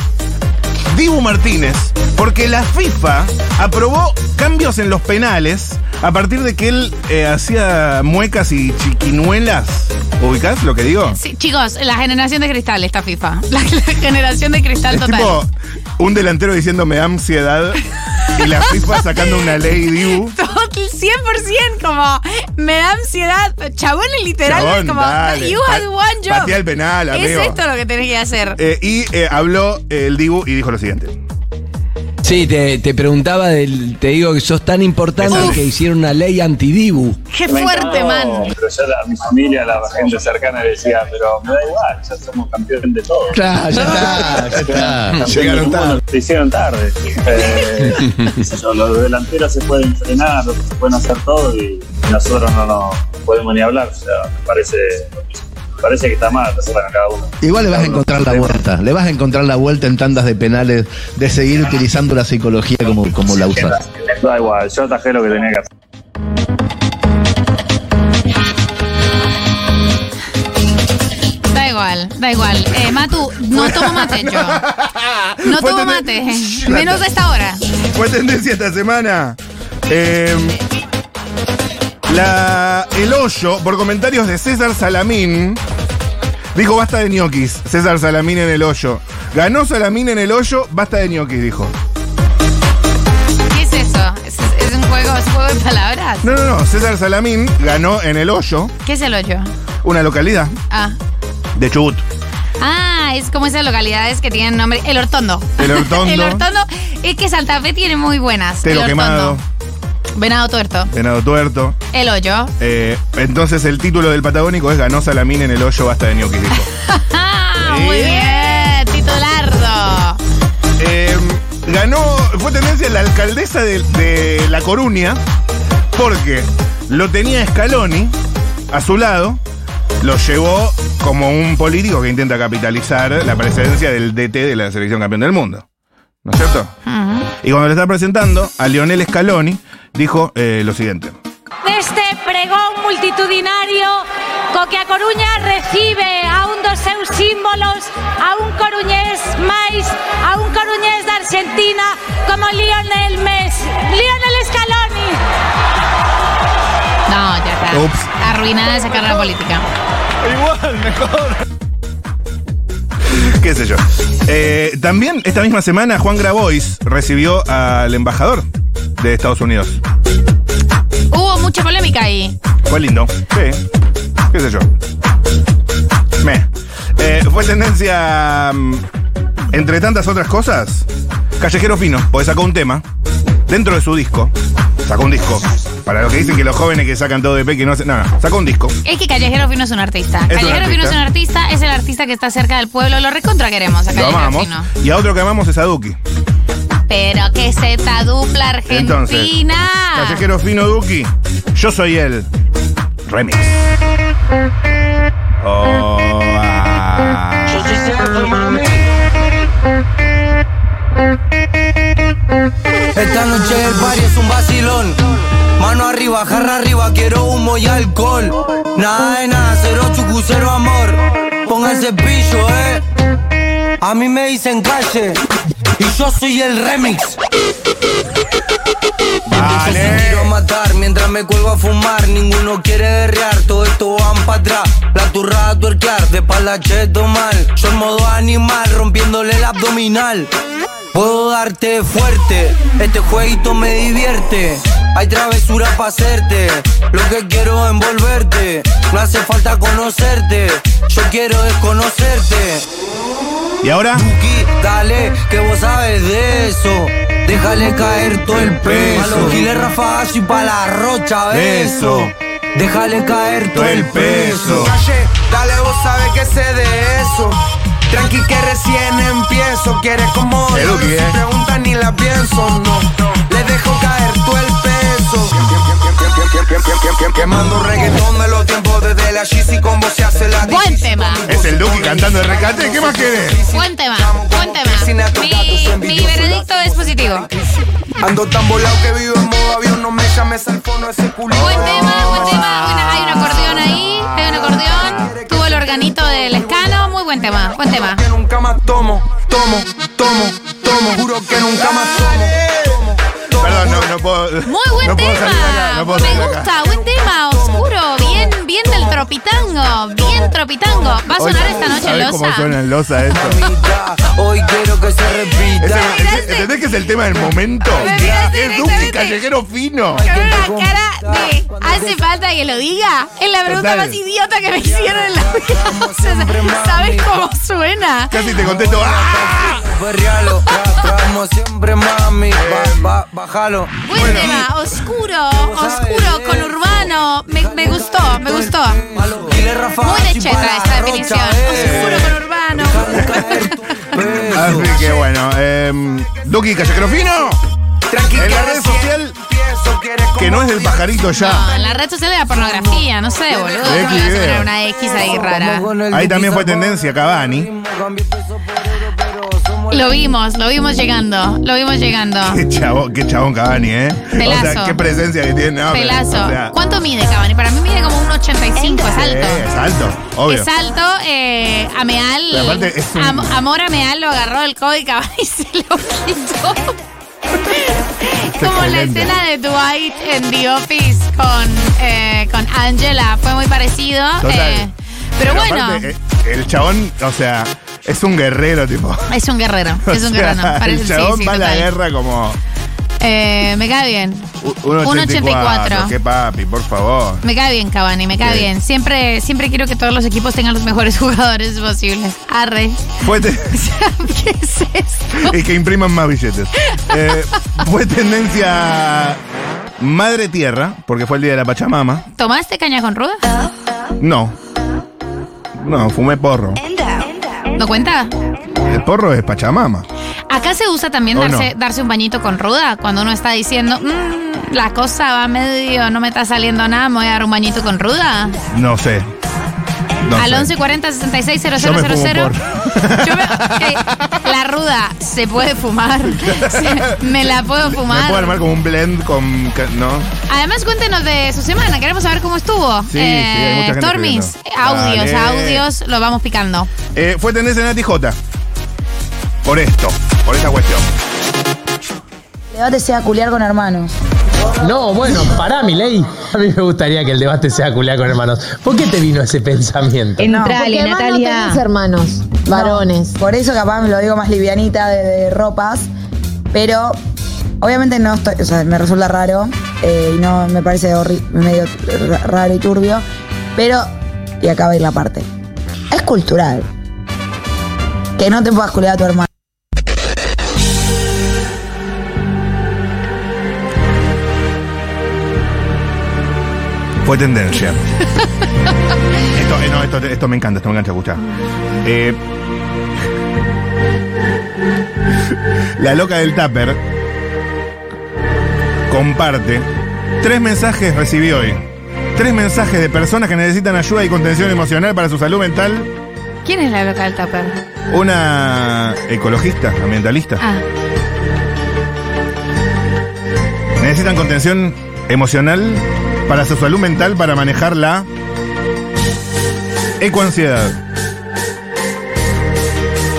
Speaker 3: Dibu Martínez, porque la FIFA aprobó cambios en los penales a partir de que él eh, hacía muecas y chiquinuelas. ¿Ubicás lo que digo?
Speaker 1: Sí, chicos, la generación de cristal esta FIFA. La, la generación de cristal
Speaker 3: Es
Speaker 1: total.
Speaker 3: tipo un delantero diciendo me da ansiedad y la FIFA sacando una ley Dibu.
Speaker 1: Total, 100% como me da ansiedad. Chabón, literal,
Speaker 3: Chabón,
Speaker 1: como
Speaker 3: dale.
Speaker 1: you had
Speaker 3: Pa-
Speaker 1: one job.
Speaker 3: patea el penal, amigo.
Speaker 1: Es esto lo que tenés que hacer.
Speaker 3: Eh, y eh, habló eh, el Dibu y dijo lo siguiente.
Speaker 5: Sí, te, te preguntaba, del, te digo que sos tan importante
Speaker 3: Uf.
Speaker 5: que hicieron una ley antidibu.
Speaker 1: Qué
Speaker 6: Me
Speaker 1: fuerte,
Speaker 6: encantó,
Speaker 1: man.
Speaker 6: Pero yo a mi familia, a la gente cercana le decía, pero me da igual, ya somos campeones de todo.
Speaker 5: Claro, ya está, ya está.
Speaker 6: Campeón
Speaker 3: Llegaron
Speaker 6: del mundo,
Speaker 3: tarde.
Speaker 6: Te hicieron tarde. Eh, qué sé yo, los delanteros se pueden frenar, se pueden hacer todo y nosotros no nos podemos ni hablar. O sea, me parece, me parece que está mal hacer para cada uno.
Speaker 7: Igual le vas a encontrar la vuelta, le vas a encontrar la vuelta en tandas de penales de seguir utilizando la psicología como, como la usas.
Speaker 6: Da igual, yo atajé lo que tenía que hacer.
Speaker 1: Da igual, da igual. Eh, Matu, no tomo mate yo. No
Speaker 3: Fue
Speaker 1: tomo
Speaker 3: tenden-
Speaker 1: mate.
Speaker 3: Shh,
Speaker 1: Menos a esta hora.
Speaker 3: Fue tendencia esta semana. Eh, la, el hoyo, por comentarios de César Salamín, dijo basta de ñoquis. César Salamín en el hoyo. Ganó Salamín en el hoyo, basta de ñoquis, dijo.
Speaker 1: ¿Qué es eso? ¿Es, es un juego, es un juego de palabras?
Speaker 3: No, no, no. César Salamín ganó en el hoyo,
Speaker 1: ¿Qué es el hoyo?
Speaker 3: una localidad
Speaker 1: Ah.
Speaker 3: de Chubut.
Speaker 1: Ah, es como esas localidades que tienen nombre. El Hortondo.
Speaker 3: El Hortondo.
Speaker 1: el Hortondo. Es que Santa Fe tiene muy buenas.
Speaker 3: Telo
Speaker 1: el
Speaker 3: quemado,
Speaker 1: Hortondo. Venado tuerto.
Speaker 3: venado tuerto.
Speaker 1: El hoyo.
Speaker 3: Eh, entonces el título del patagónico es ganó Salamín en el hoyo, basta de ñoquis, dijo.
Speaker 1: Ah,
Speaker 3: Sí.
Speaker 1: muy bien, Tito Lardo.
Speaker 3: Eh, ganó, fue tendencia la alcaldesa de, de La Coruña porque lo tenía Scaloni a su lado, lo llevó como un político que intenta capitalizar la presencia del DT de la selección campeón del mundo. ¿No es cierto? Y cuando le está presentando a Lionel Scaloni, dijo eh, lo siguiente.
Speaker 8: de este pregón multitudinario co que a Coruña recibe a un dos seus símbolos, a un coruñés máis, a un coruñés da Argentina como Lionel Messi, Lionel Scaloni.
Speaker 1: No, ya está.
Speaker 3: Ups.
Speaker 1: Arruinada esa carrera política.
Speaker 3: ¿Qué sé yo? Eh, también esta misma semana Juan Grabois recibió al embajador de Estados Unidos.
Speaker 1: Hubo mucha polémica ahí.
Speaker 3: Fue lindo. Sí. ¿Qué sé yo? Me. Eh, fue tendencia. mm, Entre tantas otras cosas, Callejero Fino, porque sacó un tema dentro de su disco. Sacó un disco. Para los que dicen que los jóvenes que sacan todo de P que no hacen. No, no. Sacó un disco.
Speaker 1: Es que Callejero Fino es un artista.
Speaker 3: un
Speaker 1: Callejero Fino
Speaker 3: artista.
Speaker 1: es un artista, es el artista que está cerca del pueblo. Lo recontra queremos a
Speaker 3: Lo
Speaker 1: Callejero
Speaker 3: amamos.
Speaker 1: Fino.
Speaker 3: Y a otro que amamos es a Duki.
Speaker 1: Pero que Z dupla
Speaker 3: Entonces,
Speaker 1: Argentina.
Speaker 3: Callejero Fino Duki, yo soy el remix. Oh, ah.
Speaker 9: Esta noche el party es un vacilón. Mano arriba, jarra arriba, quiero humo y alcohol. Nada de nada, cero chucu, cero amor. Pónganse pillo, eh. A mí me dicen calle. Y yo soy el remix. Yo sí quiero matar mientras me cuelgo a fumar. Ninguno quiere derrear, todo esto van para atrás. La turrada a tuerquear, de pala cheto mal. Yo en modo animal, rompiéndole el abdominal. Puedo darte fuerte, este jueguito me divierte. Hay travesuras para hacerte, lo que quiero es envolverte. No hace falta conocerte, yo quiero desconocerte.
Speaker 3: Y ahora,
Speaker 9: Duki, dale, que vos sabes de eso. Déjale caer todo el peso. Pa' los giles rafagazos y pa' la rocha, beso.
Speaker 3: Beso.
Speaker 9: Déjale caer todo el peso.
Speaker 10: Calle, dale, vos sabes que sé de eso. Tranqui que recién empiezo, quieres como
Speaker 3: Qué
Speaker 10: diablo,
Speaker 3: Duki,
Speaker 10: si
Speaker 3: eh.
Speaker 10: preguntas ni la pienso, no. Le dejo caer todo el peso. Quemando
Speaker 3: el Duki cantando el recate. ¿Qué más querés?
Speaker 1: Buen tema, buen tema. Mi, mi veredicto es positivo.
Speaker 10: Ando tan volado que vivo en modo avión, no me llames al fono ese culo.
Speaker 1: Buen tema, buen tema. Buena- hay un acordeón ahí, hay un acordeón. Tuvo el organito del escano. Muy buen tema, buen tema.
Speaker 10: Que nunca más tomo, tomo, tomo, tomo. Juro que nunca más tomo. tomo,
Speaker 3: Perdón, no, no puedo.
Speaker 1: Muy buen
Speaker 3: no puedo
Speaker 1: tema.
Speaker 3: salir de acá, no puedo
Speaker 1: Me
Speaker 3: salir de acá.
Speaker 1: gusta, buen tema, oscuro, bien, bien del tropitango, bien tropitango. Va a
Speaker 3: Hoy,
Speaker 1: sonar esta noche,
Speaker 3: ¿sabés cómo suena
Speaker 1: Losa.
Speaker 3: en Losa esto?
Speaker 10: Mamita, Hoy quiero que se repita.
Speaker 3: Ese- ese- ¿Entendés que es el tema del momento?
Speaker 1: Me miraste
Speaker 3: Es Duki
Speaker 1: directamente.
Speaker 3: callejero fino.
Speaker 1: Con una cara de ¿hace falta que lo diga? Es la pregunta
Speaker 3: Total.
Speaker 1: más idiota que me hicieron en la vida. O sea, ¿Sabes cómo suena?
Speaker 3: Casi te contesto. ¡Ah!
Speaker 10: Berrialo, tra, tra, como siempre, mami. Ba- ba- bájalo.
Speaker 1: Buen tema, oscuro, oscuro,
Speaker 10: sabes,
Speaker 1: con urbano. Me, me gustó, me gustó.
Speaker 10: A los killers, Rafa,
Speaker 1: Muy de
Speaker 10: sin
Speaker 1: chetra
Speaker 10: parar,
Speaker 1: esta
Speaker 10: rocha,
Speaker 1: definición.
Speaker 10: eh.
Speaker 1: Oscuro con urbano.
Speaker 10: Caer tu peso.
Speaker 3: Así Ah, que bueno, em, Duki callejero fino.
Speaker 10: Tranqui,
Speaker 3: En la
Speaker 10: que
Speaker 3: red
Speaker 10: recién
Speaker 3: social,
Speaker 10: empiezo, quieres
Speaker 3: Que
Speaker 10: como
Speaker 3: no es del
Speaker 10: tú.
Speaker 3: pajarito
Speaker 1: No,
Speaker 3: ya.
Speaker 1: en la red social de la pornografía, no sé, boludo. ¿Cómo le vas a poner una X ahí rara?
Speaker 10: Con el
Speaker 3: Ahí
Speaker 10: de
Speaker 3: también fue
Speaker 10: pizarrón,
Speaker 3: tendencia Cavani.
Speaker 10: cambio peso por euro, pero somos
Speaker 1: Lo vimos, lo vimos llegando, lo vimos llegando.
Speaker 3: Qué chabón, qué chabón Cavani, ¿eh? O sea,
Speaker 1: Ah. Pelazo.
Speaker 3: qué presencia que tiene. No, pero,
Speaker 1: Pelazo.
Speaker 3: o sea,
Speaker 1: ¿Cuánto mide Cavani? Para mí mide como un 85, es
Speaker 3: sí, es
Speaker 1: alto.
Speaker 3: alto, obvio.
Speaker 1: Es alto, eh, Ameal.
Speaker 3: Pero aparte es un-
Speaker 1: Am- Amor Ameal lo agarró del codo y Cavani se lo quitó. Como la
Speaker 3: excelente.
Speaker 1: escena de Dwight en The Office con, eh, con Angela, fue muy parecido.
Speaker 3: Total.
Speaker 1: eh, pero, bueno,
Speaker 3: aparte, eh, el chabón, o sea, es un guerrero, tipo.
Speaker 1: es un guerrero,
Speaker 3: O
Speaker 1: es un guerrero.
Speaker 3: sea,
Speaker 1: parece-
Speaker 3: el
Speaker 1: sí,
Speaker 3: chabón
Speaker 1: sí,
Speaker 3: va a la
Speaker 1: total.
Speaker 3: guerra como
Speaker 1: Eh, me cae bien.
Speaker 3: u- un 84.
Speaker 1: 1,84.
Speaker 3: Qué papi, por favor.
Speaker 1: Me cae bien, Cavani, me cae
Speaker 3: Sí.
Speaker 1: bien. Siempre, siempre quiero que todos los equipos tengan los mejores jugadores posibles. Arre.
Speaker 3: Fue te-
Speaker 1: O sea, ¿Qué es esto?
Speaker 3: y que impriman más billetes. Eh, fue tendencia Madre Tierra, porque fue el día de la Pachamama.
Speaker 1: ¿Tomaste caña con ruda?
Speaker 3: No. No, fumé porro.
Speaker 1: ¿No cuenta?
Speaker 3: El porro es Pachamama.
Speaker 1: Acá se usa también
Speaker 3: ¿O
Speaker 1: darse,
Speaker 3: Oh, no?
Speaker 1: darse un bañito con ruda cuando uno está diciendo, "Mm, la cosa va medio, no me está saliendo nada, me voy a dar un bañito con ruda.
Speaker 3: No sé. No
Speaker 1: Al
Speaker 3: sé.
Speaker 1: 1140 66
Speaker 3: Yo me fumo un
Speaker 1: 0000. Yo me- eh, la ruda se puede fumar. Se- me la puedo
Speaker 3: Me
Speaker 1: fumar.
Speaker 3: puedo armar como un blend con. ca- ¿No?
Speaker 1: Además, cuéntenos de su semana. Queremos saber cómo estuvo. Eh,
Speaker 3: Sí, sí, hay mucha gente
Speaker 1: Tormis,
Speaker 3: escribiendo.
Speaker 1: audios,
Speaker 3: Dale.
Speaker 1: audios, lo vamos picando.
Speaker 3: Eh, fue tendencia Nati J. Por esto, por esta cuestión.
Speaker 11: El debate sea culiar con hermanos.
Speaker 12: No, bueno, para mi ley. A mí me gustaría que el debate sea culiar con hermanos. ¿Por qué te vino ese pensamiento?
Speaker 11: porque además no tenés hermanos, varones. por eso capaz me lo digo más livianita de, de ropas, pero obviamente no estoy, o sea, me resulta raro eh, y no me parece horri- medio ra- raro y turbio, pero, y acaba ir la parte, es cultural. Que no te puedas culiar a tu hermano.
Speaker 3: Fue tendencia. esto, eh, no, esto, esto me encanta, esto me encanta escuchar. Eh, la loca del Tupper comparte tres mensajes recibí hoy. Tres mensajes de personas que necesitan ayuda y contención emocional para su salud mental.
Speaker 1: ¿Quién es la loca del tupper?
Speaker 3: Una ecologista, ambientalista.
Speaker 1: Ah,
Speaker 3: Necesitan contención emocional para su salud mental, para manejar la ecoansiedad.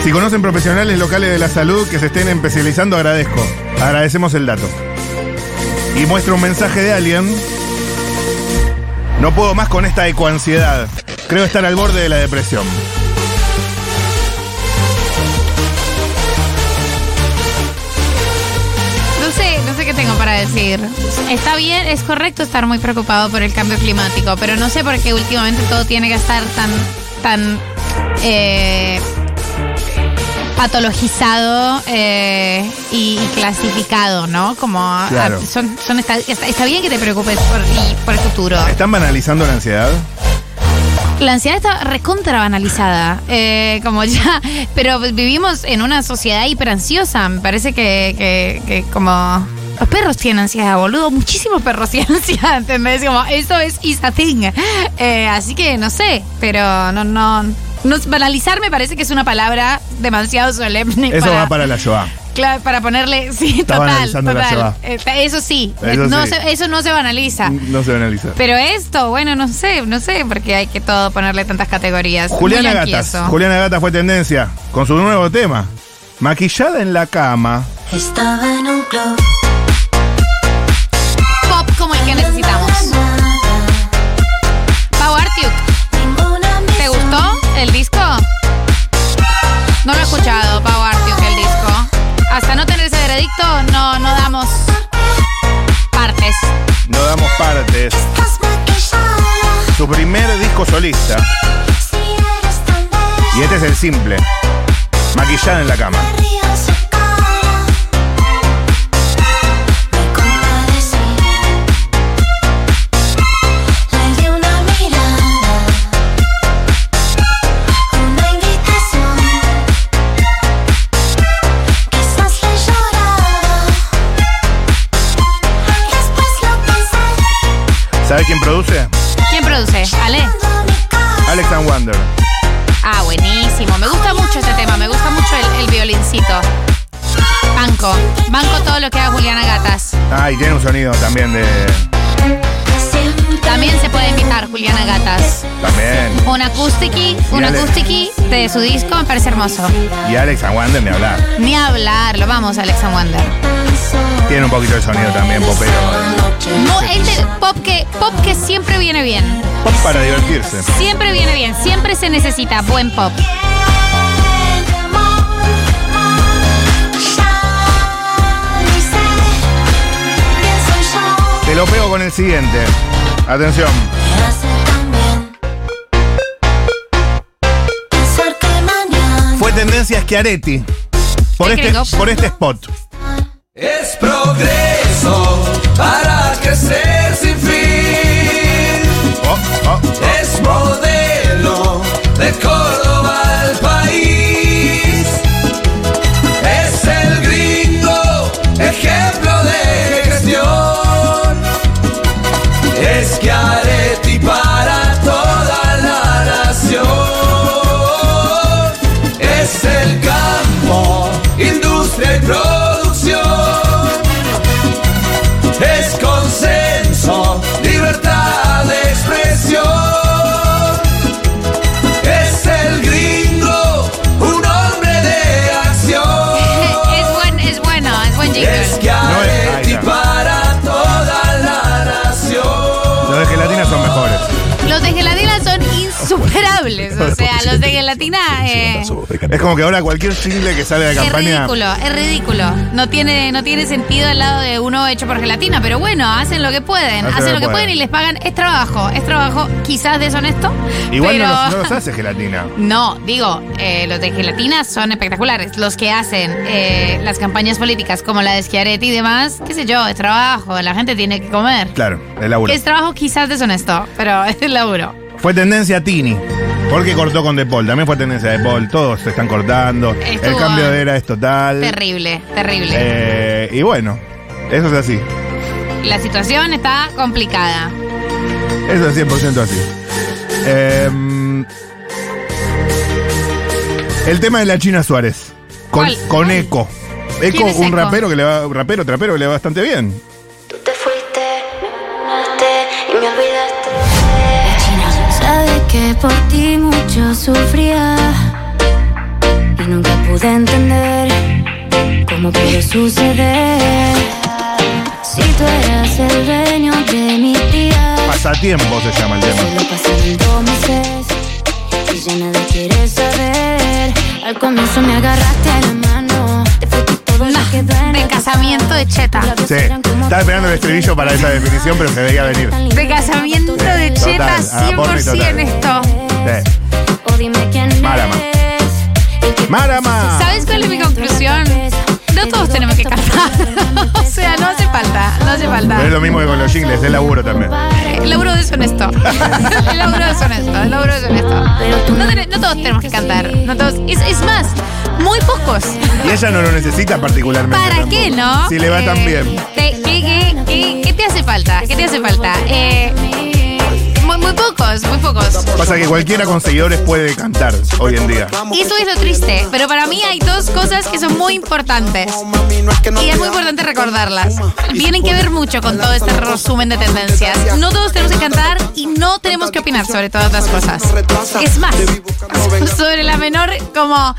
Speaker 3: Si conocen profesionales locales de la salud que se estén especializando, agradezco. Agradecemos el dato. Y muestra un mensaje de alguien. No puedo más con esta ecoansiedad. Creo estar al borde de la depresión.
Speaker 1: no sé, no sé qué tengo para decir. Está bien, es correcto estar muy preocupado por el cambio climático, pero no sé por qué últimamente todo tiene que estar tan, tan eh, patologizado eh, y, y clasificado, ¿no? Como ah,
Speaker 3: Claro.
Speaker 1: son, son esta- está, está bien que te preocupes por, y por el futuro.
Speaker 3: ¿Están banalizando la ansiedad?
Speaker 1: La ansiedad está recontra banalizada, eh, como ya, pero vivimos en una sociedad hiperansiosa. Me parece que, que- que como los perros tienen ansiedad, boludo. Muchísimos perros tienen ansiedad, ¿entendés? Como eso es is a thing. Eh, así que no sé, pero no, no, Nos, banalizar me parece que es una palabra demasiado solemne.
Speaker 3: Eso
Speaker 1: para,
Speaker 3: va para la Shoah.
Speaker 1: Claro, para ponerle. Sí,
Speaker 3: Está
Speaker 1: total.
Speaker 3: banalizando la
Speaker 1: total.
Speaker 3: Shoah.
Speaker 1: Eh, Eso sí.
Speaker 3: Eso
Speaker 1: no
Speaker 3: sí.
Speaker 1: Se, eso no se banaliza.
Speaker 3: No se analiza.
Speaker 1: Pero esto, bueno, no sé, no sé, porque hay que todo ponerle tantas categorías.
Speaker 3: Juliana
Speaker 1: Muy
Speaker 3: Gatas.
Speaker 1: anquioso.
Speaker 3: Juliana Gatas fue tendencia con su nuevo tema. Maquillada en la cama.
Speaker 13: Estaba en un club.
Speaker 1: Pop como el que necesitamos. Pau Artiuk. ¿Te gustó el disco? No lo he escuchado, Pau Artiuk, el disco. Hasta no tener ese veredicto, no, no damos partes.
Speaker 3: No damos partes. Su primer disco solista. Y este es el simple. Maquillada en la cama.
Speaker 13: Le di una mirada, una invitación. Quizás le lloraba, después lo pensé.
Speaker 3: ¿Sabe quién produce?
Speaker 1: ¿Quién produce? Ale.
Speaker 3: Alex and Wonder.
Speaker 1: Ah, buenísimo. Me gusta mucho este tema, me gusta mucho el, el violincito. Banco. Banco todo lo que haga Juliana Gatas.
Speaker 3: Ah, y tiene un sonido también de.
Speaker 1: También se puede invitar Juliana Gatas.
Speaker 3: También.
Speaker 1: Un acústiqui, un
Speaker 3: Y Ale.
Speaker 1: acústiqui de su disco me parece hermoso.
Speaker 3: Y Alex and Wonder ni hablar.
Speaker 1: Ni hablarlo, vamos Alexa Wander.
Speaker 3: Tiene un poquito de sonido también, popero.
Speaker 1: Mu- este pop que, pop que siempre viene bien.
Speaker 3: Pop para divertirse.
Speaker 1: Siempre viene bien, siempre se necesita buen pop.
Speaker 3: Te lo pego con el siguiente. Atención. Fue tendencia Schiaretti. Por este, por este spot.
Speaker 9: Es progreso para crecer sin fin.
Speaker 3: Oh,
Speaker 9: Es modelo de Córdoba al país. Es el gringo ejemplo de gestión. Es que para toda la nación. Es el campo, industria y producción. Es consenso, libertad de expresión. Es el gringo, un hombre de acción.
Speaker 1: es, buen, es bueno, es buen jingle.
Speaker 9: Es que para toda la nación.
Speaker 3: Los de gelatina son mejores.
Speaker 1: Los de gelatina son insuperables. O sea, los de gelatina. eh,
Speaker 3: Es como que ahora cualquier single que sale de la
Speaker 1: es
Speaker 3: campaña.
Speaker 1: ridículo, es ridículo. No tiene, no tiene sentido al lado de uno hecho por gelatina, pero bueno, hacen lo que pueden.
Speaker 3: Hacen
Speaker 1: Hacen, lo
Speaker 3: lo
Speaker 1: que
Speaker 3: que
Speaker 1: pueden. y les pagan. Es trabajo, es trabajo quizás deshonesto.
Speaker 3: Igual
Speaker 1: pero...
Speaker 3: no, los, no los hace gelatina.
Speaker 1: No, digo, eh, los de gelatina son espectaculares. Los que hacen eh, las campañas políticas como la de Schiaretti y demás, qué sé yo, es trabajo, la gente tiene que comer.
Speaker 3: Claro, el laburo.
Speaker 1: Que es trabajo quizás deshonesto, pero es el laburo.
Speaker 3: Fue tendencia Tini. Porque cortó con De Paul. También fue tendencia De Paul. Todos se están cortando.
Speaker 1: Estuvo
Speaker 3: el cambio de era es total.
Speaker 1: Terrible, terrible.
Speaker 3: Eh, y bueno, eso es así.
Speaker 1: La situación está complicada.
Speaker 3: Eso es 100% así. Em, el tema de la China Suárez. Con,
Speaker 13: ¿Cuál?
Speaker 3: con Eco. Eco,
Speaker 13: ¿Quién es
Speaker 3: un
Speaker 13: Eco?
Speaker 3: rapero que le va, rapero, trapero que le va bastante bien.
Speaker 13: y me olvidaste. Sabes que por ti mucho sufría y nunca pude entender cómo pudo suceder. Si tú eras el dueño de mi día,
Speaker 3: Pasatiempo se llama el tema.
Speaker 13: solo pasaron dos meses y ya nada quieres saber. Al comienzo me agarraste la mano, te fuiste todo lo que duele.
Speaker 1: De casamiento de Cheta.
Speaker 3: Sí. Estaba esperando el estribillo para esa definición, pero se veía venir.
Speaker 1: De casamiento de
Speaker 3: Total,
Speaker 1: Cheta,
Speaker 3: ah, por mí,
Speaker 1: 100%
Speaker 3: total.
Speaker 1: esto.
Speaker 3: Sí.
Speaker 13: O dime quién
Speaker 3: Marama. Marama.
Speaker 1: ¿Sabes cuál es mi conclusión? No todos tenemos que cantar. o sea, no hace falta, no hace
Speaker 3: Pero es
Speaker 1: falta.
Speaker 3: lo mismo que con los jingles, es laburo también.
Speaker 1: El logro deshonesto. El logro deshonesto, el logro deshonesto. No, ten- no todos tenemos que cantar. No todos. Es, es más, muy pocos.
Speaker 3: Y ella no lo necesita particularmente.
Speaker 1: ¿Para
Speaker 3: tampoco.
Speaker 1: qué, no?
Speaker 3: Si le va tan
Speaker 1: Eh,
Speaker 3: bien.
Speaker 1: te- qué, qué- qué- qué te hace falta? ¿Qué te hace falta? Eh, mu- muy pocos, muy pocos.
Speaker 3: Pasa que cualquiera con seguidores puede cantar hoy en día.
Speaker 1: Eso es lo triste, pero para mí hay dos cosas que son muy importantes. Y es muy importante recordarlas. Tienen que ver mucho con todo este resumen de tendencias. No todos tenemos que cantar y no tenemos que opinar sobre todas las cosas. Es más, sobre la menor como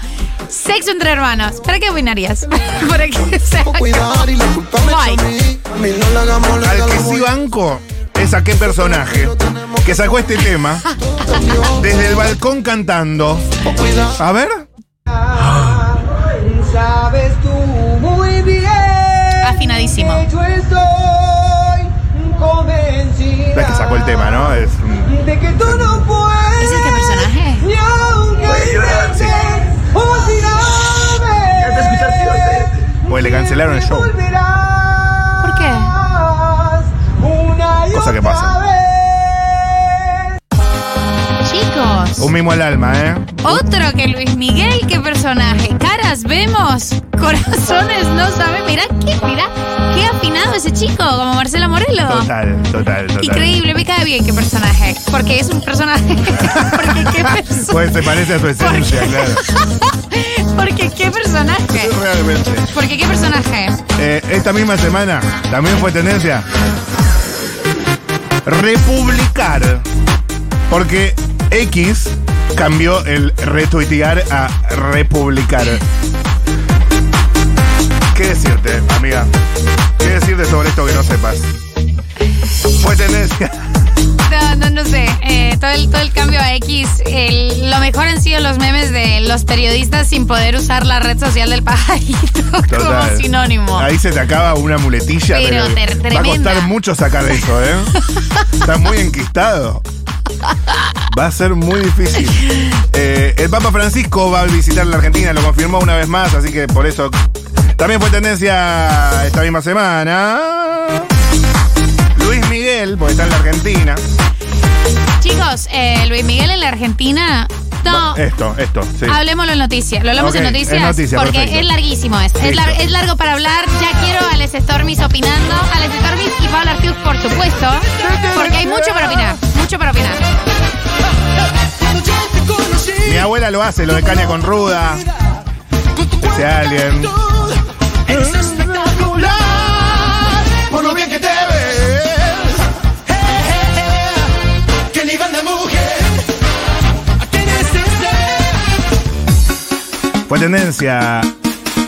Speaker 1: sexo entre hermanos. ¿Para qué opinarías? Para que sea como- Bye.
Speaker 3: Al que sí banco es a qué personaje que sacó este tema desde el balcón cantando. A ver.
Speaker 14: Sabes tú muy bien.
Speaker 1: Afinadísimo.
Speaker 14: que Yo estoy convencida.
Speaker 3: Es que sacó el tema, ¿no? Es un-
Speaker 14: De que tú no puedes. ¿Es
Speaker 1: este
Speaker 14: qué personaje? Ni aunque
Speaker 3: sí.
Speaker 14: intentes olvidarme. Ya te escuchaste,
Speaker 3: Pues le cancelaron el show.
Speaker 1: ¿Por qué?
Speaker 14: Una y
Speaker 3: Cosa que
Speaker 14: otra
Speaker 3: pasa.
Speaker 1: Chicos.
Speaker 3: Un mimo al alma, ¿eh?
Speaker 1: Otro que Luis Miguel, qué personaje. Caras vemos, corazones no sabe. Mira qué, mira qué afinado ese chico, como Marcelo Morelo.
Speaker 3: Total, total, total.
Speaker 1: Ah. Increíble, me cae bien qué personaje. Porque es un personaje. porque qué perso-
Speaker 3: Pues se parece a su esencia, claro.
Speaker 1: porque qué personaje.
Speaker 3: Realmente.
Speaker 1: Porque qué personaje.
Speaker 3: Eh, esta misma semana también fue tendencia. Republicar. Porque X cambió el retuitear a republicar. ¿Qué decirte, amiga? ¿Qué decirte sobre esto que no sepas? Fue tendencia.
Speaker 1: No, no, no sé. Eh, todo, el, todo el cambio a X. el- lo mejor han sido los memes de los periodistas sin poder usar la red social del pajarito como
Speaker 3: Total.
Speaker 1: sinónimo.
Speaker 3: Ahí se te acaba una muletilla.
Speaker 1: Pero ter-
Speaker 3: va a
Speaker 1: tremenda.
Speaker 3: costar mucho sacar eso, ¿eh? Está muy enquistado. Va a ser muy difícil. Eh, el Papa Francisco va a visitar la Argentina, lo confirmó una vez más, así que por eso también fue tendencia esta misma semana. Luis Miguel, porque está en la Argentina.
Speaker 1: Chicos, eh, Luis Miguel en la Argentina. No,
Speaker 3: Esto, esto, eh, sí.
Speaker 1: hablemoslo en noticias. Lo hablamos
Speaker 3: Ok,
Speaker 1: en noticias.
Speaker 3: en noticias,
Speaker 1: porque
Speaker 3: perfecto.
Speaker 1: es larguísimo esto. Es,
Speaker 3: Listo.
Speaker 1: lar- es largo para hablar. Ya quiero a Les Stormis opinando. A Les Stormis y Paula Artiuk, por supuesto. Porque hay mucho para opinar. Mucho para opinar.
Speaker 3: Mi abuela lo hace, lo de caña con ruda. Si alguien.
Speaker 14: Es espectacular por lo bien que te ves. Que ¡Qué nivel de mujer! ¿A quién es este?
Speaker 3: Fue tendencia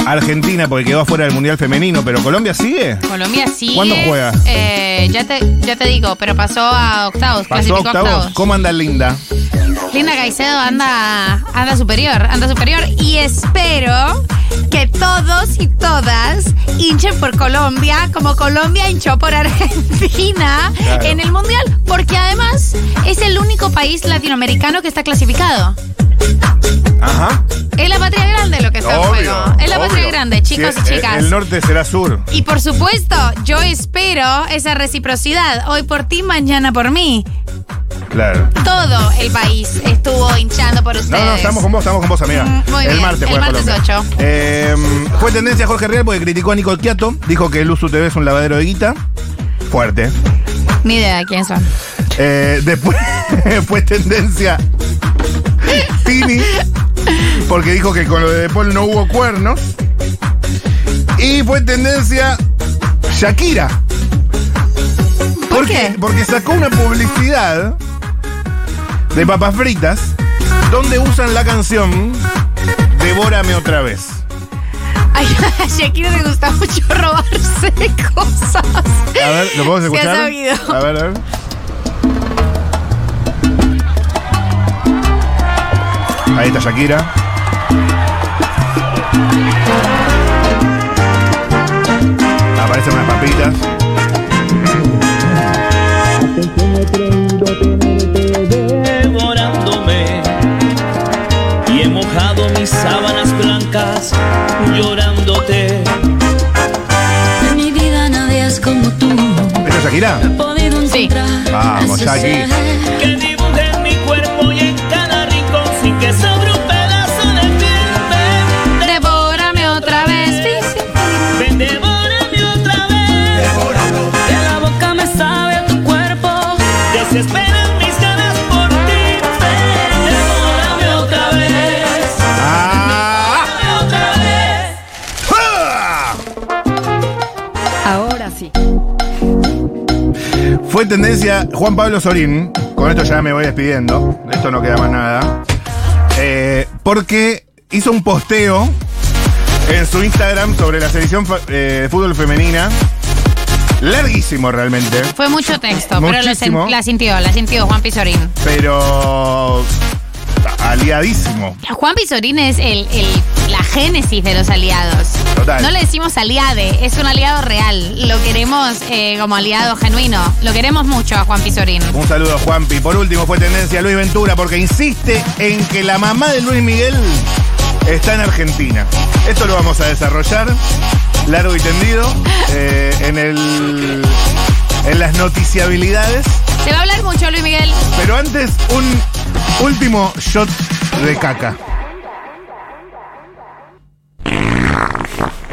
Speaker 3: Argentina porque quedó fuera del Mundial Femenino, pero Colombia sigue.
Speaker 1: Colombia sí.
Speaker 3: ¿Cuándo juega?
Speaker 1: Eh, ya, te, ya te digo, pero pasó a octavos.
Speaker 3: Pasó a
Speaker 1: clasificó a
Speaker 3: octavos.
Speaker 1: octavos.
Speaker 3: ¿Cómo anda Linda?
Speaker 1: Linda Caicedo anda, anda superior, anda superior y espero que todos y todas hinchen por Colombia como Colombia hinchó por Argentina
Speaker 14: Claro.
Speaker 1: en el Mundial, porque además es el único país latinoamericano que está clasificado.
Speaker 3: Ajá.
Speaker 1: Es la patria grande lo que está en juego. Es la patria grande, chicos y chicas.
Speaker 3: e- El norte será sur.
Speaker 1: Y por supuesto, yo espero esa reciprocidad, hoy por ti, mañana por mí.
Speaker 3: Claro.
Speaker 1: Todo el país estuvo hinchando por ustedes.
Speaker 3: No, no, estamos con vos, estamos con vos, amiga.
Speaker 1: muy
Speaker 3: el
Speaker 1: bien.
Speaker 3: martes
Speaker 1: El
Speaker 3: juega
Speaker 1: martes
Speaker 3: Colombia.
Speaker 1: 8.
Speaker 3: Eh, fue tendencia Jorge Real porque criticó a Nico Quiato. Dijo que el Usu TV es un lavadero de guita. Fuerte.
Speaker 1: Ni idea de quién son.
Speaker 3: Eh, después fue tendencia Tini, porque dijo que con lo de De Paul no hubo cuernos. Y fue tendencia Shakira. ¿Por qué? Porque sacó una publicidad de papas fritas donde usan la canción Devórame otra vez.
Speaker 1: Ay, a Shakira le gusta mucho robarse cosas.
Speaker 3: A ver, ¿lo podemos
Speaker 1: Se ha
Speaker 3: escuchar?
Speaker 1: sabido.
Speaker 3: A ver, a ver. Ahí está Shakira. Aparecen unas papitas.
Speaker 15: devorándome y he mojado mis sábanas blancas llorándote.
Speaker 13: En mi vida nadie es como tú.
Speaker 3: ¿Esta es Shakira?
Speaker 13: He podido encontrar.
Speaker 3: Vamos,
Speaker 13: ese
Speaker 3: Shakira.
Speaker 13: ser.
Speaker 15: Que dibuje en mi cuerpo y en cada rincón sin que sobre un pedazo de piel.
Speaker 1: Devórame otra vez,
Speaker 15: Ven, devórame otra vez. Que la boca me sabe a tu cuerpo. Desesperan mis ganas.
Speaker 16: Ah. Ahora sí.
Speaker 3: Fue tendencia Juan Pablo Sorín. Con esto ya me voy despidiendo. De esto no queda más nada. Eh, porque hizo un posteo en su Instagram sobre la selección fa- eh, de fútbol femenina. Larguísimo realmente.
Speaker 1: Fue mucho texto, pero lo sen-
Speaker 3: Muchísimo.
Speaker 1: la sintió, la sintió Juan Pizorín.
Speaker 3: Pero. Aliadísimo.
Speaker 1: Juan Pizorín es el, el- la génesis de los aliados.
Speaker 3: Total.
Speaker 1: No le decimos aliade, es un aliado real. Lo queremos eh, como aliado genuino. Lo queremos mucho a Juan Pizorín.
Speaker 3: Un saludo a Juanpi. Por último, fue tendencia Luis Ventura porque insiste en que la mamá de Luis Miguel está en Argentina. Esto lo vamos a desarrollar largo y tendido eh, en, el, en las noticiabilidades.
Speaker 1: Se va a hablar mucho, Luis Miguel.
Speaker 3: Pero antes, un último shot de caca.